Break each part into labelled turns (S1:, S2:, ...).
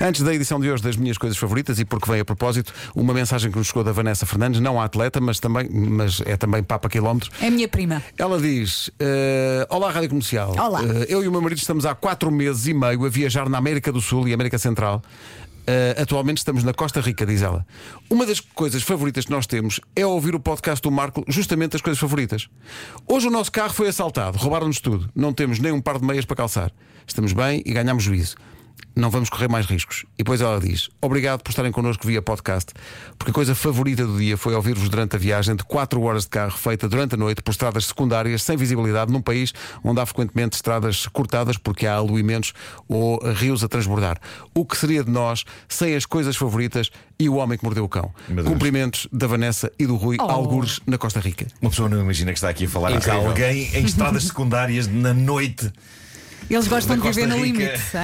S1: Antes da edição de hoje das minhas coisas favoritas e porque vem a propósito, uma mensagem que nos chegou da Vanessa Fernandes, não atleta, mas também, mas é também papa quilómetro.
S2: É minha prima.
S1: Ela diz: eh, Olá, Rádio Comercial.
S2: Olá.
S1: Eh, eu e o meu marido estamos há quatro meses e meio a viajar na América do Sul e América Central. Eh, atualmente estamos na Costa Rica, diz ela. Uma das coisas favoritas que nós temos é ouvir o podcast do Marco, justamente as coisas favoritas. Hoje o nosso carro foi assaltado, roubaram-nos tudo. Não temos nem um par de meias para calçar. Estamos bem e ganhamos juízo. Não vamos correr mais riscos. E depois ela diz: Obrigado por estarem connosco via podcast, porque a coisa favorita do dia foi ouvir-vos durante a viagem de 4 horas de carro feita durante a noite por estradas secundárias sem visibilidade num país onde há frequentemente estradas cortadas porque há aluimentos ou rios a transbordar. O que seria de nós sem as coisas favoritas e o homem que mordeu o cão?
S3: Meu Deus.
S1: Cumprimentos da Vanessa e do Rui
S2: Oh.
S1: Algures na Costa Rica.
S3: Uma pessoa não imagina que está aqui a falar há
S1: Incrível.
S3: alguém em estradas secundárias na noite.
S2: Eles gostam
S3: Da
S2: de viver
S3: Costa
S2: no
S3: é Rica. é
S2: limite.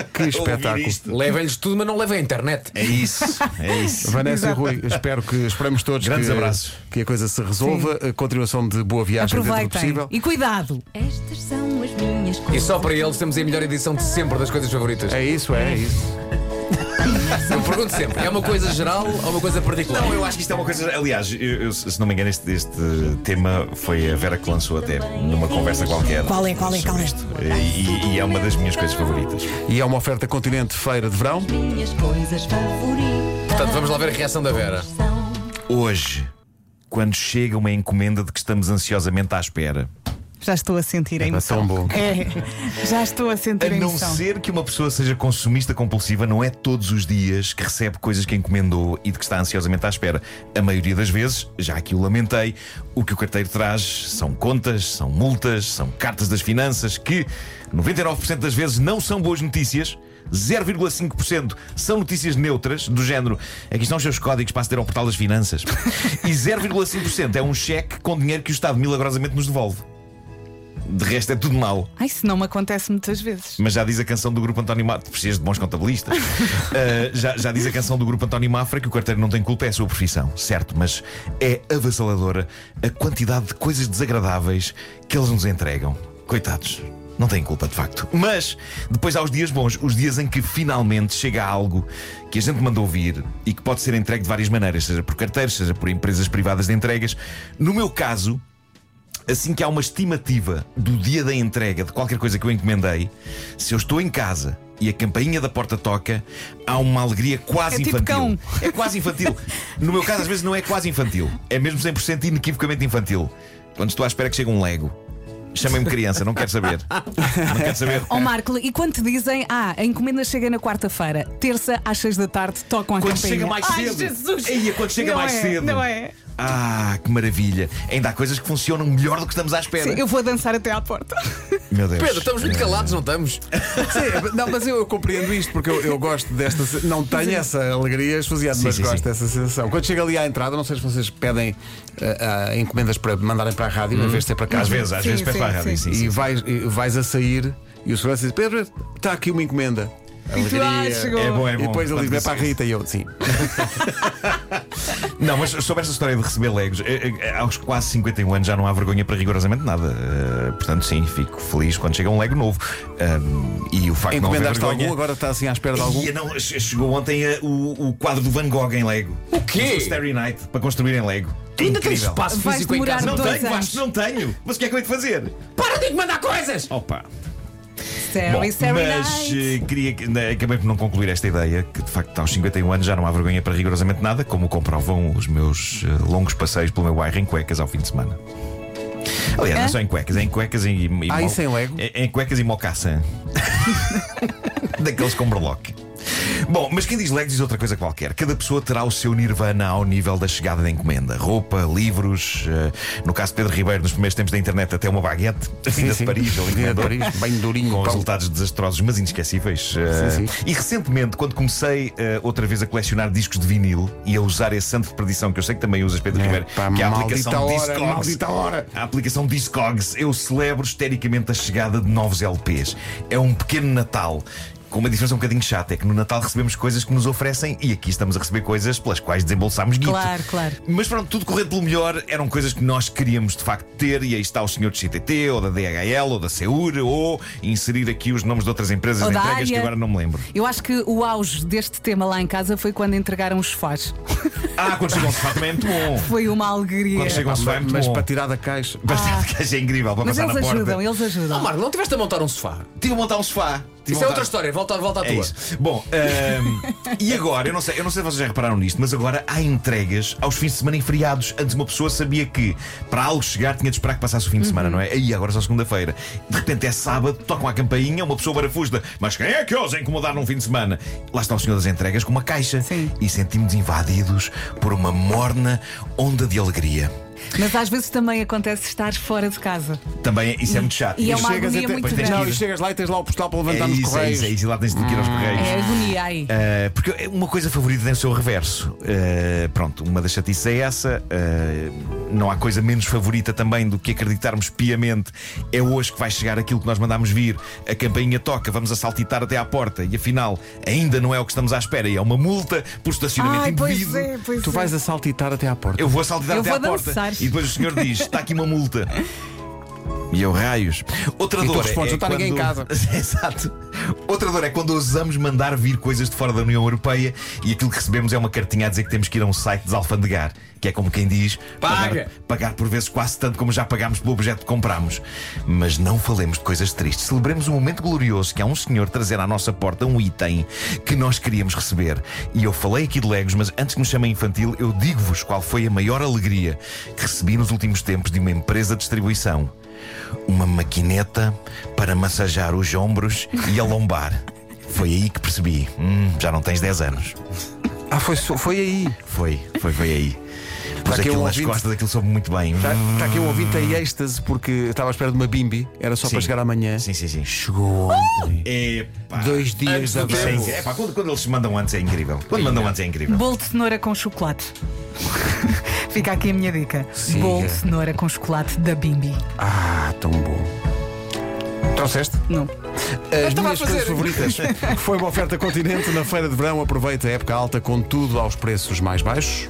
S2: hã?
S1: Que
S3: a ouvir
S1: espetáculo!
S3: isto.
S4: Levem-lhes tudo, mas não levem a internet.
S3: É isso, é isso.
S1: Vanessa e Rui, espero que esperamos todos
S3: Grandes
S1: que,
S3: abraços.
S1: que a coisa se resolva. A continuação de boa viagem dentro do
S2: Aproveitem.
S1: possível.
S2: E cuidado.
S5: Estas são as minhas
S4: E
S5: coisas.
S4: só para eles temos a melhor edição de sempre das coisas favoritas.
S1: É isso, é, é isso.
S4: Eu pergunto sempre: é uma coisa geral ou uma coisa particular?
S3: Não, eu acho que isto é uma coisa. Aliás, eu- eu, se não me engano, este, este tema foi a Vera que lançou até numa conversa qualquer.
S2: Qual é, qual é,
S3: sobre
S2: qual é?
S3: isto. E, e é uma das minhas coisas favoritas.
S1: E é uma oferta continente feira de verão.
S5: Minhas coisas favoritas.
S4: Portanto, vamos lá ver a reação da Vera.
S5: São
S3: Hoje, quando chega uma encomenda de que estamos ansiosamente à espera,
S2: Já estou a sentir a
S1: É
S2: emoção.
S1: tão bom.
S2: É, já estou a sentir
S3: um A
S2: a
S3: não
S2: emoção.
S3: ser que uma pessoa seja consumista compulsiva, não é todos os dias que recebe coisas que encomendou e de que está ansiosamente à espera. A maioria das vezes, já aqui o lamentei, o que o carteiro traz são contas, são multas, são cartas das finanças que 99% das vezes não são boas notícias. 0,5% são notícias neutras, do género "É aqui estão os seus códigos para aceder ao portal das finanças. E 0,5% é um cheque com dinheiro que o Estado milagrosamente nos devolve. De resto, é tudo mau.
S2: Ai, se não me acontece muitas vezas.
S3: Mas já diz a canção do grupo António Mafra. Precisas de bons contabilistas. Uh, já, já diz a canção do grupo António Mafra que o carteiro não tem culpa, é a sua profissão, certo? Mas é avassaladora a quantidade de coisas desagradáveis que eles nos entregam. Coitados. Não têm culpa, de facto. Mas depois há os dias bons, os dias em que finalmente chega algo que a gente mandou vir e que pode ser entregue de várias maneiras, seja por carteiros, seja por empresas privadas de entregas. No meu caso, assim que há uma estimativa do dia da entrega de qualquer coisa que eu encomendei, se eu estou em casa e a campainha da porta toca, há uma alegria quase
S2: É tipo
S3: infantil.
S2: cão.
S3: É quase infantil. No meu caso, às vezes, não é quase infantil. É mesmo 100% inequivocamente infantil. Quando estou à espera que chegue um Lego. Chamem-me criança, não quero saber. Não quero saber.
S2: Ó Marco, e quando te dizem, ah, a encomenda chega na quarta-feira, terça às seis da tarde, tocam a
S3: Quando
S2: campainha.
S3: chega mais
S2: Ai,
S3: cedo.
S2: Jesus!
S3: Eia, quando chega
S2: Não
S3: mais
S2: é,
S3: cedo.
S2: Não é?
S3: Ah, que maravilha. Ainda há coisas que funcionam melhor do que estamos à espera.
S2: Sim, eu vou dançar até à porta.
S3: Meu Deus.
S4: Pedro, estamos muito calados, não
S1: É
S4: estamos?
S1: Sim, não, mas eu, eu compreendo isto porque eu, eu gosto desta. se- Não tenho essa alegria esfuziada, mas
S3: sim,
S1: gosto
S3: sim.
S1: dessa sensação. Quando chego ali à entrada, não sei se vocês pedem ah, ah, encomendas para mandarem para a rádio em vez de ser para casa.
S3: Às vezes, às
S2: Sim,
S3: vezes peço
S2: sim,
S3: para a rádio.
S2: sim.
S3: Sim, sim.
S1: E vais, e vais a sair e o segurança diz: Pedro, está aqui uma encomenda.
S2: E tu, ah,
S1: Alegria.
S2: chegou.
S3: É bom, é
S1: E depois ele diz:
S3: Portanto,
S1: é para a Rita e eu, sim.
S3: Não, mas sobre esta história de receber legos, eh, eh, aos quase 51 anos já não há vergonha para rigorosamente nada. Eh, portanto, sim, fico feliz quando chega um lego novo. Ahm, e o facto de não haver
S1: Encomendaste
S3: vergonha.
S1: algum, agora está assim à espera de algum.
S3: Ia, não, che- chegou ontem eh, o, o quadro do Van Gogh em Lego.
S4: O
S3: O
S4: quê?
S3: Starry Night, para construir em Lego.
S4: Ainda tens
S3: Incrível.
S4: espaço
S2: Vais
S4: físico em
S2: demorar
S4: casa?
S3: Não
S2: Dois
S3: tenho,
S2: anos.
S3: acho que não tenho. Mas o que é que eu hei de fazer?
S4: Para de mandar coisas!
S3: Opa! Bom,
S2: Sarah, Sarah
S3: mas
S2: Knight.
S3: eh, queria que- né, acabei por não concluir esta ideia que de facto aos 51 anos já não há vergonha para rigorosamente nada, como comprovam os meus eh, longos passeios pelo meu bairro em cuecas ao fim de semana. Aliás, não só em cuecas, é em cuecas e, e
S1: Ah,
S3: mo-
S1: isso em Lego?
S3: é- em cuecas e mocassã. Daqueles com berloque. Bom, mas quem diz Lego diz outra coisa qualquer. Cada pessoa terá o seu nirvana ao nível da chegada da encomenda. Roupa, livros, eh, no caso de Pedro Ribeiro, nos primeiros tempos da internet, até uma baguete, vinda de Paris, ele
S1: Vinda de
S3: encomendou.
S1: Paris, bem durinho.
S3: Com
S1: pau.
S3: resultados desastrosos, mas inesquecíveis. Eh,
S1: sim.
S3: E recentemente, quando comecei eh, outra vez a colecionar discos de vinil e a usar esse santo de perdição que eu sei que também usas, Pedro
S1: É,
S3: Ribeiro,
S1: pá,
S3: que é a
S1: maldita
S3: aplicação
S1: hora,
S3: Discogs.
S1: maldita hora.
S3: A aplicação Discogs, eu celebro histericamente a chegada de novos LPs. É um pequeno Natal. com uma diferença um bocadinho chata, é que no Natal recebemos coisas que nos oferecem e aqui estamos a receber coisas pelas quais desembolsámos guito.
S2: Claro, claro.
S3: Mas pronto, tudo correndo pelo melhor, eram coisas que nós queríamos de facto ter, e aí está o senhor de CTT, ou da DHL, ou da Seur, ou inserir aqui os nomes de outras empresas
S2: Ou
S3: de
S2: da
S3: entregas que
S2: Águia.
S3: agora não me lembro.
S2: Eu acho que o auge deste tema lá em casa foi quando entregaram os sofás.
S3: Ah, quando chegam ao sofá também é muito bom.
S2: Foi uma alegria.
S3: Quando chegam ao sofá é
S1: Mas,
S3: muito
S1: Ah, mas
S3: bom.
S1: para tirar da caixa.
S3: Mas é incrível, para
S2: Ah. Mas
S3: passar
S2: eles
S3: na porta.
S2: ajudam, eles
S4: Oh,
S1: Ah.
S2: ajudam.
S4: Marco, não tiveste a montar um sofá.
S3: Tive de montar um sofá. Tive de
S4: Isso
S3: montar-
S4: é outra história. Volta, volta à
S3: É
S4: tua.
S3: isso. Bom, ahm, e agora, eu não, sei, eu não sei se vocês já repararam nisto, mas agora há entregas aos fins de semana em feriados. Antes uma pessoa sabia que para algo chegar tinha de esperar que passasse o fim de semana,
S2: Uhum.
S3: não é? Aí agora só segunda-feira. De repente é sábado, tocam a campainha, uma pessoa barafusta. Mas quem é que ousa incomodar num fim de semana? Lá está o senhor das entregas com uma caixa.
S2: Sim.
S3: E sentimos invadidos por uma morna onda de alegria.
S2: Mas às vezes também acontece estar fora de casa.
S3: Também isso é muito chato.
S2: E é uma
S1: chegas
S2: agonia
S1: até-
S2: muito
S1: Pois tens
S2: grande.
S1: que ir-
S3: Não,
S1: e chegas lá e tens lá o postal para levantar
S3: é
S1: nos
S3: isso, é
S1: correios.
S3: isso, é isso. E lá tens de ir aos correios.
S2: É agonia aí.
S3: Uh, porque uma coisa favorita tem o seu reverso. Uh, pronto, uma das chatices é essa. Uh, não há coisa menos favorita também do que acreditarmos piamente. É hoje que vai chegar aquilo que nós mandámos vir. A campainha toca, vamos a saltitar até à porta e afinal ainda não é o que estamos à espera. E é uma multa por estacionamento
S2: Ai, pois
S3: indevido.
S2: é, pois
S1: Tu
S2: é.
S1: vais a saltitar até à porta.
S3: Eu vou a saltitar
S2: Eu
S3: até
S2: vou
S3: à porta
S2: dançar.
S3: e depois o senhor diz: está aqui uma multa. E eu raios. Outra
S1: E tu
S3: dor.
S1: respondes, "Não
S3: é
S1: está ninguém em
S3: quando-
S1: casa."
S3: Exato. Outra dor é quando ousamos mandar vir coisas de fora da União Europeia e aquilo que recebemos é uma cartinha a dizer que temos que ir a um site desalfandegar, que é como quem diz:
S4: Paga.
S3: Pagar, pagar por vezes quase tanto como já pagámos pelo objeto que comprámos. Mas não falemos de coisas tristes. Celebremos um momento glorioso que há um senhor trazer à nossa porta um item que nós queríamos receber. E eu falei aqui de Legos, mas antes que me chamem infantil, eu digo-vos qual foi a maior alegria que recebi nos últimos tempos de uma empresa de distribuição. Uma maquineta para massajar os ombros e a lombar. Foi aí que percebi. Hum, já não tens 10 anos.
S1: Ah, foi, só- foi aí.
S3: Foi, foi, foi aí. Pus
S1: Para quem
S3: aquilo nas
S1: ouvinte-
S3: costas, aquilo soube muito bem.
S1: Está, está aqui um ouvinte em êxtase porque estava à espera de uma bimbi, era só para
S3: Sim.
S1: chegar amanhã.
S3: Sim, sim, sim.
S1: Chegou ontem.
S3: Epá.
S1: Dois
S4: Antes
S1: dias
S4: do
S1: da
S3: Isso é
S1: vez.
S3: inc- epá, quando, quando eles mandam antes é incrível. Quando mandam antes é incrível.
S2: Bolo de cenoura com chocolate. Fica aqui a minha dica.
S1: Siga.
S2: Bolo de cenoura com chocolate da Bimbi.
S1: Ah, tão bom. Trouxeste?
S2: Não.
S1: As
S4: estava
S1: minhas
S4: a fazer.
S1: coisas favoritas. Foi uma oferta continente na feira de verão. Aproveita a época alta com tudo aos preços mais baixos.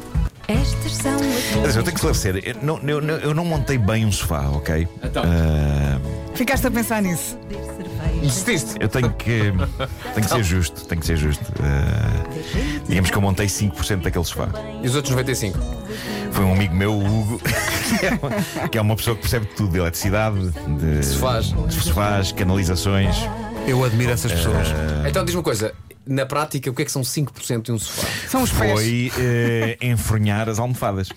S5: Estas são as minhas
S3: Mas eu tenho que esclarecer, eu não, eu não- eu não montei bem um sofá, ok?
S4: Então.
S3: Ah,
S2: Ficaste a pensar nisso.
S5: beber cerveja.
S4: Desististe.
S3: eu tenho que. Tenho
S4: Então.
S3: que ser justo, tenho que ser justo. Ah, digamos que eu montei 5% daquele sofá.
S4: E os outros 95?
S3: Foi um amigo meu, o Hugo, que é uma, que é uma pessoa que percebe tudo de eletricidade, de
S4: Sofás.
S3: de sofás, canalizações.
S1: Eu admiro essas pessoas.
S4: Então diz-me uma coisa. Na prática, o que é que são 5% de um sofá?
S2: São os pés.
S3: Foi eh, enfronhar as almofadas.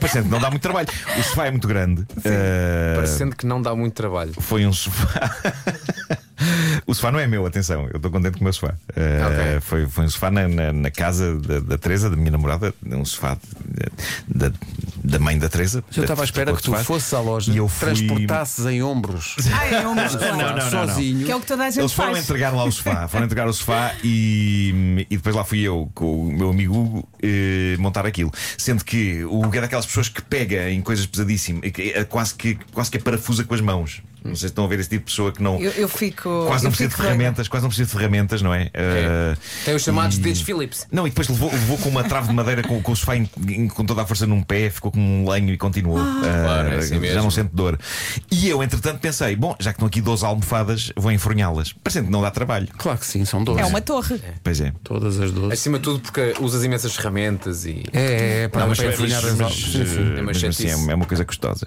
S3: Parecendo que não dá muito trabalho. O sofá é muito grande.
S1: Ah.
S3: Eh,
S4: Parecendo que não dá muito trabalho.
S3: Foi um sofá. o sofá não é meu, atenção, eu estou contente com o meu sofá. Eh,
S4: Ok.
S3: foi, foi um sofá na, na- na casa da, da Teresa, da minha namorada, um sofá de- da, da mãe da Teresa.
S1: Eu estava à espera que tu
S3: Sofá.
S1: fosses à loja
S3: E
S1: e
S3: eu fui-
S1: transportasses em ombros
S2: Ai, é um muscular.
S3: Não, não, não, não.
S1: sozinho.
S2: Que é o que toda a gente
S3: Eles foram
S2: faz.
S3: entregar lá o sofá, foram entregar o sofá e, e depois lá fui eu com o meu amigo Hugo eh, montar aquilo. Sendo que o Hugo é daquelas pessoas que pega em coisas pesadíssimas, eh, que, eh, quase que, quase que parafusa com as mãos. Não sei se estão a ver esse tipo de pessoa que não.
S2: Eu, eu fico.
S3: Quase
S2: eu
S3: não precisa de
S2: fico doida.
S3: ferramentas, quase não precisa de ferramentas, não é? Eh,
S4: Tem os chamados
S3: e-
S4: dedos Phillips.
S3: Não, e depois levou, levou com uma trave de madeira com, com o sofá em- em- com toda a força num pé, ficou com um lenho e continuou. Ah,
S4: Claro, é assim
S3: já
S4: mesmo.
S3: não sente dor. E eu, entretanto, pensei: bom, já que estão aqui 12 almofadas, vou enfronhá-las. Parecendo que não dá trabalho.
S1: Claro que sim, são 12.
S2: É uma torre.
S3: Pois é.
S1: Todas as 12.
S4: Acima de tudo, porque usas imensas ferramentas e.
S1: É, é, é para,
S4: mas é
S1: para
S4: foi-
S1: enfolhar as
S4: mas-
S1: almas. Sim, sim.
S3: eh,
S4: É uma
S3: mesmo assim, é
S4: chatice.
S3: uma- é uma coisa custosa.